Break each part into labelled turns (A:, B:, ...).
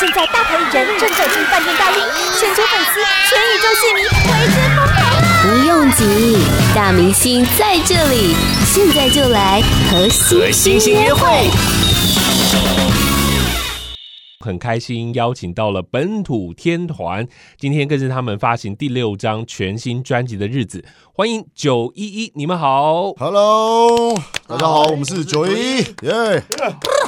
A: 现在大牌艺人正走进饭店大厅，全球粉丝、全宇宙戏迷为之疯狂啊！
B: 不用急，大明星在这里，现在就来和
C: 和
B: 星
C: 星星
B: 星
C: 约
B: 约
C: 会
B: 会。。
C: 很开心邀请到了本土天团，今天更是他们发行第六张全新专辑的日子，欢迎九一一，你们好！
D: Hello，大家好，我们是九一，耶！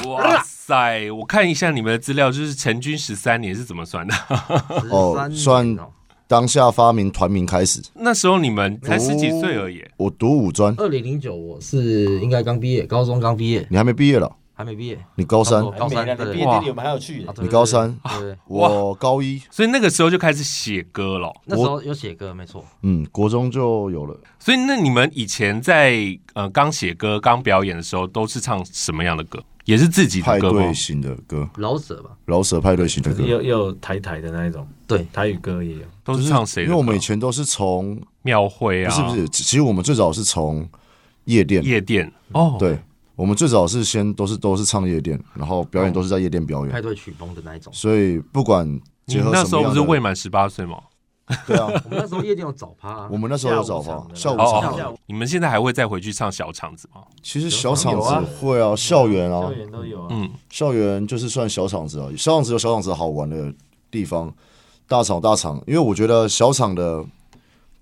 C: 哇塞，我看一下你们的资料，就是成军十三年是怎么算的？
D: 哦，算当下发明团名开始，
C: 那时候你们才十几岁而已，
D: 我读五专，
E: 二零零九我是应该刚毕业，高中刚毕业，
D: 你还没毕业了，
E: 还没毕业，
D: 你高三，
E: 高三对
F: 毕业典礼我们还有去
E: 啊，对
D: 你高三，
E: 对对对，
D: 我高一，
C: 所以那个时候就开始写歌了。
E: 那时候有写歌没错，
D: 嗯，国中就有了。
C: 所以那你们以前在呃刚写歌、刚表演的时候，都是唱什么样的歌？也是自己的
D: 派
C: 歌吗
D: 对？型的歌，
E: 老舍吧，
D: 饶舌派对型的歌，
F: 也有也有台台的那一种，
E: 对
F: 台语歌也有。
C: 都是唱谁的
D: 因
C: 歌？
D: 为我们以前都是从，
C: 庙会
D: 不
C: 啊，
D: 是不是，其其实我们最早是从夜店，
C: 夜店哦，，
D: 对，我们最早是先都是都是唱夜店，然后表演都是在夜店表
E: 派
D: 演，
E: 对曲风的那一种。
D: 所以不管
C: 你
D: 结合
C: 那
D: 什
C: 时候
D: 么
C: 不
D: 样
C: 是未
D: 的，
C: 满十八岁吗？
D: 对啊，
E: 我们那时候夜店有早趴啊
D: 我，们那时候有早
F: 下午
D: 跑，
F: 场的
D: 下午
C: 哦
D: 场
C: 哦，你们现在还会再回去唱小场子吗？
D: 其实小场
F: 有啊
D: 子会啊，校园啊
F: 校，园都有啊。
C: 嗯，
D: 校园就是算小场子啊，小场子有小场子好玩的地方，大场有大场，因为我觉得小场的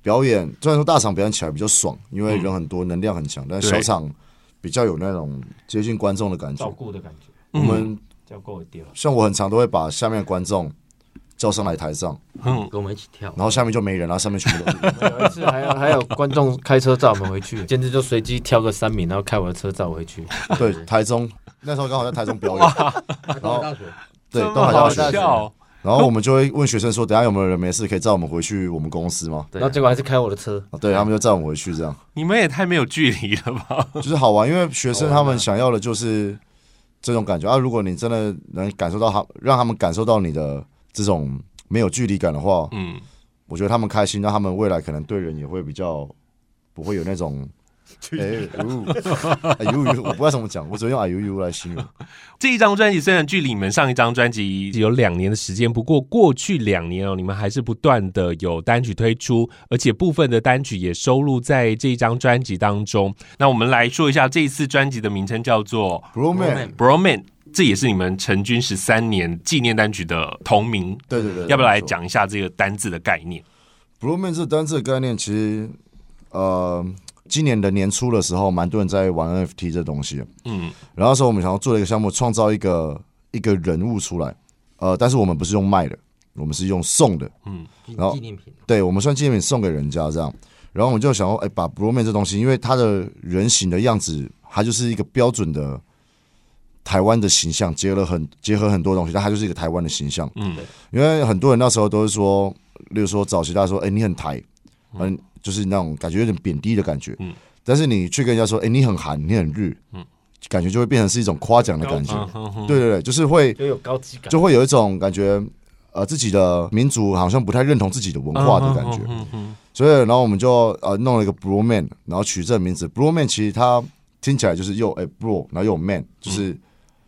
D: 表演，虽然说大场表演起来比较爽，因为人很多，能量很强，但是
C: 对
D: 小场比较有那种接近观众的感
F: 照
D: 觉。
F: 顾的嗯感觉，
D: 我们
F: 照顾丢。
D: 像我很常都会把下面的观众叫上来台上，
C: 嗯
E: 跟我们一起跳
D: 然。后下面就没人了，上面全部都是 人。
F: 有一次还有还有观众开车载我们回 去，简直就随机挑个三名，然后开我的车载我回去。
D: 对，台中那时候刚好在台中表演，
E: 然
D: 哦
E: 后大学
D: 对，
C: 这
D: 东
C: 么
D: 海
C: 哦好
D: 大学。
F: 啊
C: 笑，
D: 然后我们就会问学生说，等一下有没有人没事可以载我们回去我们公司吗？
E: 对
F: 然后结果还是开我的车，
D: 啊对他们就载我们回去，这样
C: 你们也太没有距离了吧？
D: 就是好玩，因为学生他们想要的就是这种感觉啊。如果你真的能感受到他，让他们感受到你的这种没有距离感的话，
C: 嗯，
D: 我觉得他们开心，那他们未来可能对人也会比较不会有那种。哎呦，哎呦呦，我不知道怎么讲，我只能用哎呦呦来形容。
C: 这一张专辑虽然距离你们上一张专辑有两年的时间，不过过去两年哦，你们还是不断的有单曲推出，而且部分的单曲也收录在这一张专辑当中。那我们来说一下这一次专辑的名称叫做
E: Bro
D: Bro man，
E: Man
C: 《Bro Man》，这也是你们成军十三年纪念单曲的同名。
D: 对对对，
C: 要不要来
D: 没错
C: 讲一下这个单字的概念？
D: Blue Man 这个单字的概念，其实呃，今年的年初的时候，蛮多人在玩 NFT 这东西。
C: 嗯，
D: 然后那时候我们想要做了一个项目，创造一个一个人物出来。呃，但是我们不是用卖的，我们是用送的。然后
E: 纪念品，
D: 对，我们算纪念品送给人家这样。然后我们就想要，哎，把 Blue Man 这东西，因为它的人形的样子，它就是一个标准的台湾的形象，结合了很结合很多东西，但它就是一个台湾的形象。
C: 嗯，
D: 因为很多人那时候都是说，例如说早期大家说，哎、你很台，嗯，就是那种感觉有点贬低的感觉。
C: 嗯，
D: 但是你去跟人家说，哎、你很韩，你很日，嗯，感觉就会变成是一种夸奖的感觉。
C: 嗯哼哼
D: 对对对，就是会
F: 就有高级感。
D: 就会有一种感觉，呃，自己的民族好像不太认同自己的文化的感觉。
C: 嗯哼哼
D: 所以，然后我们就呃弄了一个 Blue Man，然后取这个名字。Blue Man 其实它听起来就是又哎、Blue，然后又 Man，就是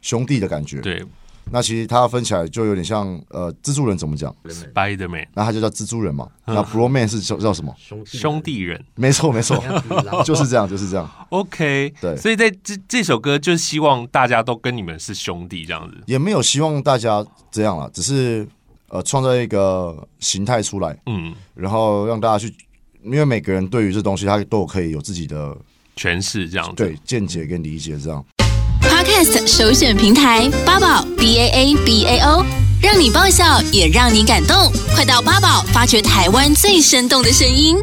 D: 兄弟的感觉。
C: 嗯对
D: 那其实它分起来就有点像呃蜘蛛人怎么讲？
C: ，Spider Man
D: 那他就叫蜘蛛人嘛。
C: 嗯
D: 那 Bro Man 是叫叫什么？
E: 兄弟
C: 兄，弟人。
D: 没错，没错，
E: 你老
D: 就是这样，就是这样，
C: OK，
D: 对
C: 所以在这这首歌就是希望大家都跟你们是兄弟这样子。
D: 也没有希望大家这样了，只是呃创造一个形态出来，
C: 嗯，
D: 然后让大家去，因为每个人对于这东西，他都有可以有自己的
C: 全是这样子。
D: 对见解跟理解，这样。
B: Podcast 首选平台八宝 B A A B A O，让你爆笑也让你感动，快到八宝发掘台湾最生动的声音。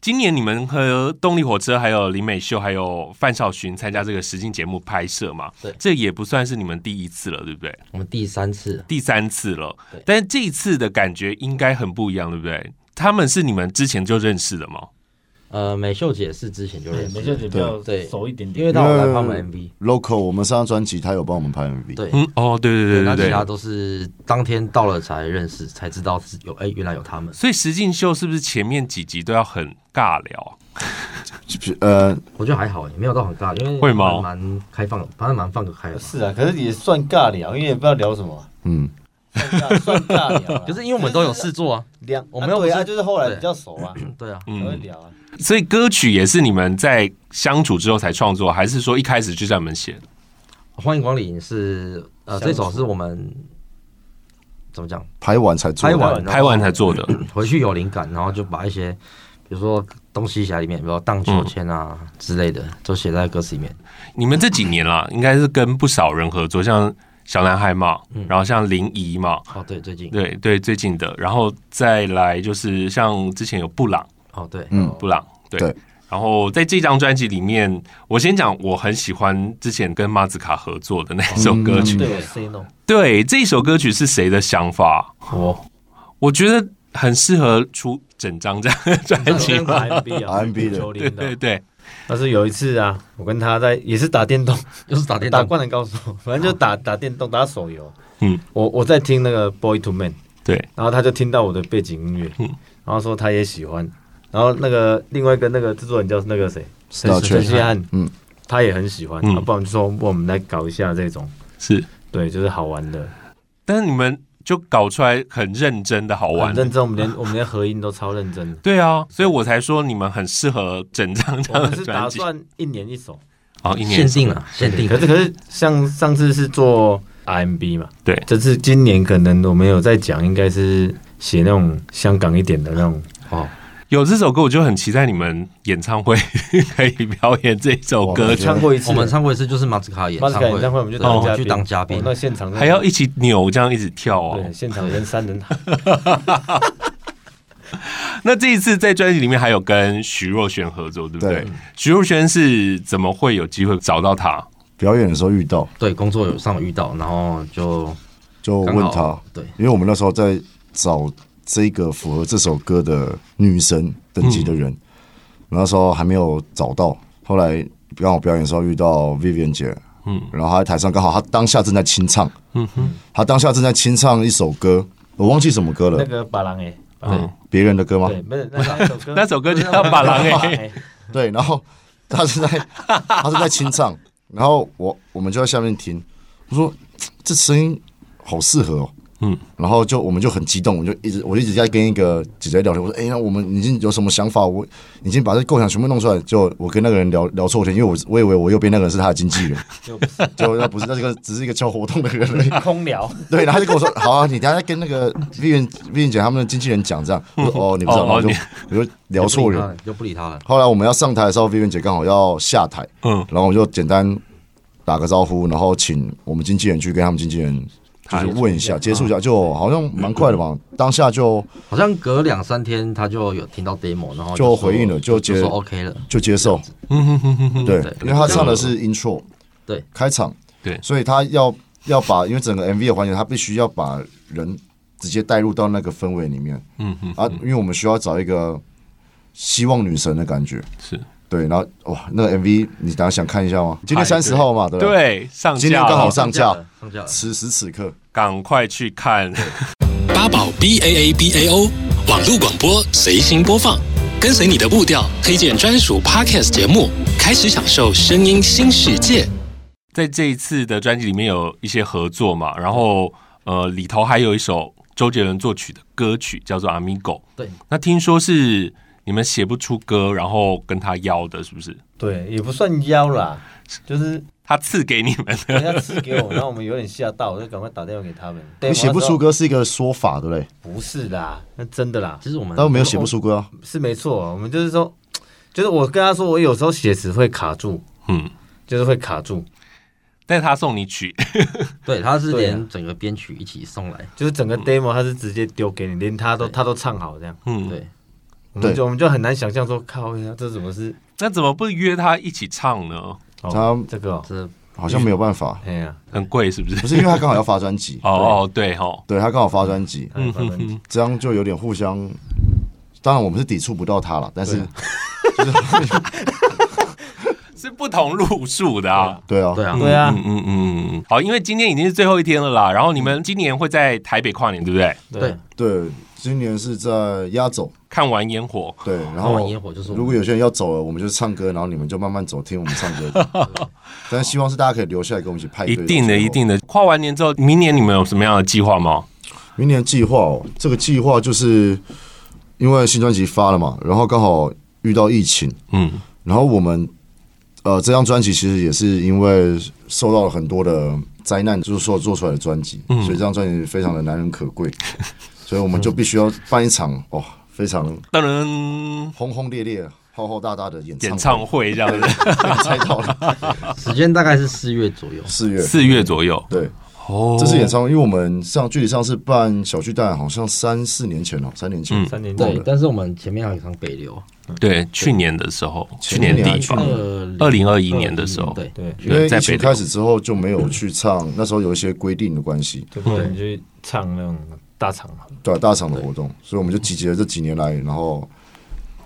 C: 今年你们和动力火车、还有林美秀、还有范少勋参加这个实境节目拍摄嘛？
E: 对
C: 这也不算是你们第一次了，对不对？
E: 我们第三次
C: 第三次了
E: 对，
C: 但是这一次的感觉应该很不一样，对不对？他们是你们之前就认识的吗？
E: 呃，美秀姐是之前就
F: 对，
E: 认
F: 哎美
E: 识
F: 秀
E: 的，
F: 姐比较
E: 对
F: 熟一点
E: 因
F: 点，
E: 为到我来帮我
D: 因
E: 们 MV，
D: Local，我们上张专辑他有帮我们拍 MV，，
E: 对，
C: 嗯，哦，对对
E: 那
C: 对对
E: 其他
C: 对。
E: 都是当天到了才认识，才知道是有哎，原来有他们。
C: 所以实境秀是不是前面几集都要很尬聊？
D: 呃，
E: 我觉得还好，也没有到很尬，因为
C: 会吗
E: 还蛮开放的，反正蛮放得开的。
F: 是啊，可是也算尬聊，因为也不知道聊什么。
D: 嗯，
G: 算尬算尬 聊啊，
E: 可是因为我们都有事做啊，
G: 两，
E: 我们又
G: 啊
E: 不
G: 对
E: 是
G: 啊，就是后来比较熟啊，
E: 对啊，
G: 才会
C: 嗯，
G: 聊啊。
C: 所以歌曲也是你们在相处之后才创作，还是说一开始就在你们写的？
E: 欢迎光临是呃，
G: 相处
E: 这首是我们怎么讲？
D: 拍完才做的，
E: 拍完
C: 拍完才做的，
E: 回去有灵感，然后就把一些比如说东西侠里面，比如说荡秋千啊之类的，都写在歌词里面。
C: 你们这几年啦，应该是跟不少人合作，像小男孩嘛，
E: 嗯
C: 然后像林怡嘛，
E: 哦，对，最近
C: 对对，最近的，然后再来就是像之前有布朗，
E: 哦，对，
D: 嗯，
C: 布朗对。
D: 对
C: 然后在这张专辑里面，我先讲我很喜欢之前跟马子卡合作的那首歌
F: 嗯
C: 曲。
G: 对我 say no，
C: 对，这首歌曲是谁的想法？
F: 我
C: 我觉得很适合出整张这样的专辑。
F: RMB 啊
D: R&B 的
F: 九零
C: 对对对，
F: 但是有一次啊，我跟他在也是打电动，
E: 又是打电
F: 打
E: 动，
F: 灌篮高手， 反正就打打电动打手游。
C: 嗯，
F: 我我在听那个 Boy to Man，
C: 对，
F: 然后他就听到我的背景音乐，
C: 嗯
F: 然后说他也喜欢，然后那个另外一个那个制作人叫那个谁，
D: 知道确
F: 陈
D: 实
F: 希汉，
D: 嗯，
F: 他也很喜欢，
C: 嗯
F: 啊不然就说我们来搞一下这种，
C: 是。
F: 对，就是好玩的，
C: 但是你们就搞出来很认真的好玩，
F: 很，认真，我们连我们连合音都超认真的
C: 对啊，所以我才说你们很适合整张这
F: 我
C: 样
F: 们
C: 的
F: 是打
C: 专辑。
F: 算一年一首，
C: 好，一
E: 限
C: 年
E: 定了，限定
F: 可。是可是像上次是做 RMB 嘛，
C: 对
F: 这次今年可能我们有在讲，应该是写那种香港一点的那种，
E: 哦，
C: 有这首歌，我就很期待你们演唱会 可以表演这首歌
D: 我
C: 曲
D: 觉，得
F: 唱过一次，
E: 我们唱过一次就是马斯卡演
F: 马斯
E: 唱
F: 卡
E: 会，
F: 演唱会我们就
E: 对
F: 当
E: 去
F: 嘉宾
E: 当嘉宾
F: 哦，那现场真的
C: 还要一起扭，这样一直跳哦
F: 对，。现场人山人海。
C: 那这一次在专辑里面还有跟徐若瑄合作，对不对
D: 对？
C: 徐若瑄是怎么会有机会找到她？
D: 表演的时候遇到，
E: 对，工作有上有遇到，然后就
D: 就
E: 刚
D: 问
E: 好
D: 他，
E: 对，
D: 因为我们那时候在找这个符合这首歌的女神等级的人，那时候还没有找到。后来刚好表演的时候遇到 Vivian 姐，
C: 嗯
D: 嗯，然后她在台上刚好她当下正在清唱，嗯哼，她当下正在清唱一首歌，我忘记什么歌
F: 那
D: 了，
F: 个把郎哎，
C: 嗯，，
D: 别人的歌吗？
F: 对，不是那那首歌
C: 那首歌就叫《把 郎》哎，
F: 哎，
D: 对，然后他是在他是在清唱，然后我我们就在下面听，我说嘖这声音好适合哦，
C: 嗯，
D: 然后就我们就很激动，我就一直我就一直在跟一个姐姐聊天，我说哎、那我们已经有什么想法？我已经把这构想全部弄出来，就我跟那个人聊聊错天，因为我我以为我右边那个人是他的经纪人，
F: 就不是
D: 结果那不是，那是个只是一个教活动的人而已。
F: 空聊，
D: 对，然后他就跟我说：“好啊，你等一下跟那个 Vivian Vivian 姐他们的经纪人讲这样。”我说：“哦，你不知道，然后
C: 哦
D: 就我就聊错人。”
E: 就不理他了，
D: 后来我们要上台的时候，Vivian 姐刚好要下台，
C: 嗯，
D: 然后我们就简单打个招呼，然后请我们经纪人去跟他们经纪人就是问一下、接触一下，就好像蛮快的吧。当下就
E: 好像隔两三天他就有听到 demo，然后
D: 就
E: 说哦
D: 回应了就接
E: 就说 OK 了，
D: 就接受，
C: 嗯哼哼哼哼，
D: 对
E: 对，
D: 因为他唱的是 intro，
E: 对，
D: 开场，
C: 对
D: 所以他要要把因为整个 MV 的环节，他必须要把人直接带入到那个氛围里面
C: 嗯哼，
D: 啊，因为我们需要找一个希望女神的感觉，
C: 是
D: 对，然后哇，那个 MV 你等一下想看一下吗？今天三十号嘛，对不对？
C: 对，上
D: 今天
C: 架
D: 刚好
C: 了，
D: 哦上
E: 架了，，
D: 架
E: 哦上架了。
D: 此时此刻。
C: 赶快去看。
H: 八宝 B A A B A O 网络广播随心播放，跟随你的步调，推荐专属 Podcast 节目，开始享受声音新世界。
C: 在这一次的专辑里面有一些合作嘛，然后呃里头还有一首周杰伦作曲的歌曲叫做《Amigo》。
E: 对，
C: 那听说是你们写不出歌，然后跟他要的，是不是？
F: 对，也不算邀啦，就是
C: 他赐给你们的，
F: 人家吃给我们，然后我们有点吓到，我就赶快打电话给他们。
D: 你写不出
F: 歌？
D: 歌是一个说法，对不对？
F: 不是啦，那真的啦，
E: 其实我们
D: 但我没有写不出歌啊。
F: 是没错。我们就是说，就是我跟他说，我有时候写词会卡住，
C: 嗯，
F: 就是会卡住，
C: 但是他送你曲，
E: 对，他是
F: 对啊
E: 连整个编曲一起送来，
F: 就是整个 demo 他是直接丢给你，连他都
E: 对
F: 他都唱好这样，
C: 嗯，。
E: 对，
F: 我们
D: 对
F: 就我们就很难想象说，靠呀，这怎么是
C: 那怎么不约他一起唱呢？
F: 哦
D: 他
F: 这个哦？
E: 这
D: 好像没有办法，
F: 哎呀，
C: 很贵是不
D: 不
C: 是？，
D: 是因为他刚好要发专辑
C: 哦哦，对哈，
D: 对他刚好发专辑，
F: 嗯嗯嗯，
D: 这样就有点互相。当然我们是抵触不到他了，但是
C: 是不同路数的啊。
D: 对啊，
E: 对啊，
F: 对啊
C: 嗯，嗯嗯嗯，好，因为今天已经是最后一天了啦，然后你们今年会在台北跨年，对不对？
E: 对，
D: 对，今年是在压轴，
C: 看完烟火，
D: 对，然
E: 看
D: 后
E: 完烟火就是我们
D: 如果有些人要走了，我们就唱歌，然后你们就慢慢走，听我们唱 歌。但希望是大家可以留下来跟我们一起派对。
C: 一定的，一。定的。跨完年之后，明年你们有什么样的计划吗？
D: 明年计划哦，这个计划就是因为新专辑发了嘛，然后刚好遇到疫情，
C: 嗯
D: 然后我们呃这张专辑其实也是因为受到了很多的灾难，就是所做出来的专辑，所以这张专辑非常的难能可贵，所以我们就必须要办一场哦非常
C: 当然
D: 轰轰烈烈、浩浩大大的演
C: 演
D: 唱
C: 唱
D: 会。
C: 会这 样子，
D: 猜到了，
E: 时间大概是四月左右。
D: 四月
C: 四月左右
D: 对，
C: 哦，
D: 这次演唱会，因为我们上距离上次办小巨蛋，好像三四年前哦，三年前，
C: 嗯
F: 三年
E: 对
F: 前，
E: 但是我们前面还有一场北流，
C: 哦对去年的时候，去
D: 前
C: 年
D: 年
C: 底
D: 还去年
C: 二零二一年的时候，
E: 对
F: 对，
D: 因为
C: 在
D: 疫
C: 北
D: 情
C: 流
D: 开始之后就没有去唱，那时候有一些规定的关系，
F: 就不能去唱那种大场合。
D: 对啊、大厂的活动，所以我们就集结了这几年来，然后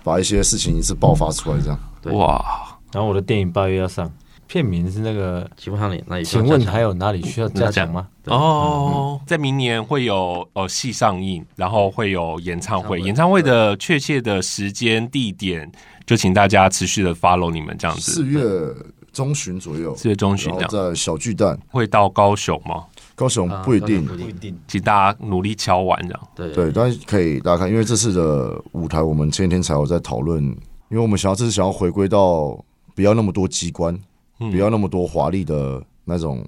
D: 把一些事情一次爆发出来，这样。
E: 对
C: 哇，
F: 然后我的电影八月要上，片名是那个，
E: 请问他哪里？
F: 请问还有哪里需要加强吗？
C: 哦，在明年会有呃戏上映，然后会有演唱会，演
E: 演
C: 唱会的确切的时间地点，就请大家持续的 follow 你们这样
D: 四
C: 子。
D: 月哦中旬左右，
C: 四月中旬啊
D: 然
C: 这
D: 后
C: 样
D: 在小巨蛋，
C: 会到高雄吗？
D: 高雄
E: 啊
D: 不一定，
E: 不一定，
F: 定，
C: 请大家努力敲完这样。
E: 对
D: 对，但是可以大家看，因为这次的舞台，我们前几天才有在讨论，因为我们想要这次想要回归到不要那么多机关，
C: 嗯
D: 不要那么多华丽的那种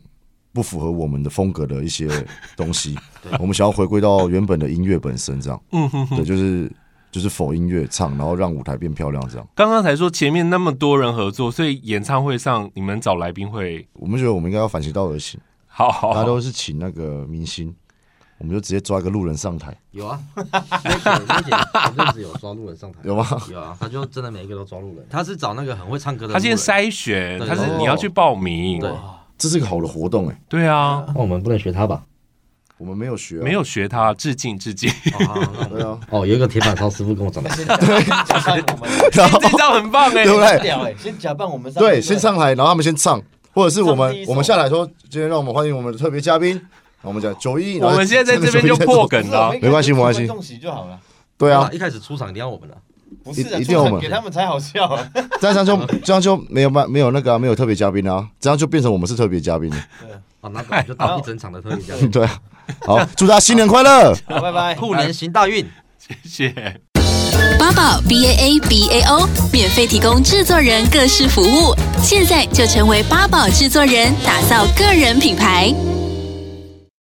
D: 不符合我们的风格的一些东西，我们想要回归到原本的音乐本身，这样，
C: 嗯哼
D: 对，就是就是否音乐唱，然后让舞台变漂亮，这样，
C: 刚刚才说前面那么多人合作，所以演唱会上你们找来宾会
D: 我们觉得我们应该要反其道而行，
C: 好好
D: 大家
C: 好
D: 都是请那个明星，我们就直接抓一个路人上台，
E: 有啊，那姐那姐前阵子有抓路人上台，
D: 有吗？
E: 有啊，他就真的每一个都抓路人，他是找那个很会唱歌的路人。
C: 他先筛选，
E: 对
C: 他是
E: 哦
C: 你要去报名，
E: 对，
D: 这是一个好的活动、哎，
C: 对啊，
E: 哦那我们不能学他 吧？
D: 我们没有学、啊
C: 没。有学他，致敬致敬，
E: 哦好那我们
D: 对 啊，
E: 哦，有一个铁板烧师傅跟我长得像，
G: 假扮我们
D: 然后
C: 这招很棒哎
D: 对，
G: 不？
D: 不对
G: 了哎，先假扮我们上
D: 对，先上来，然后他们先唱，或者是我
G: 唱第
D: 们
G: 一首
D: 我们下来说，今天让我们欢迎我们的特别嘉宾，我们讲九一，然
C: 我
D: 后
C: 们现在在这边就破梗了
G: 不是，
D: 没关系没关系
G: 重喜就好了，
D: 对啊，
E: 一开始出场一定要我们的，
G: 不是啊
D: 一一定要我们
G: 给他们才好笑啊。
D: 这样就这样就没有办没有那个啊没有特别嘉宾啊，这样就变成我们是特别嘉宾了，
E: 哦，那我们就打一整场的特别嘉
D: 对啊，好，祝大家新年快乐，
G: 好，拜拜。
E: 兔年行大运。
C: 谢谢。
B: 八宝 B A A B A O 免费提供制作人各式服务，现在就成为八宝制作人，打造个人品牌。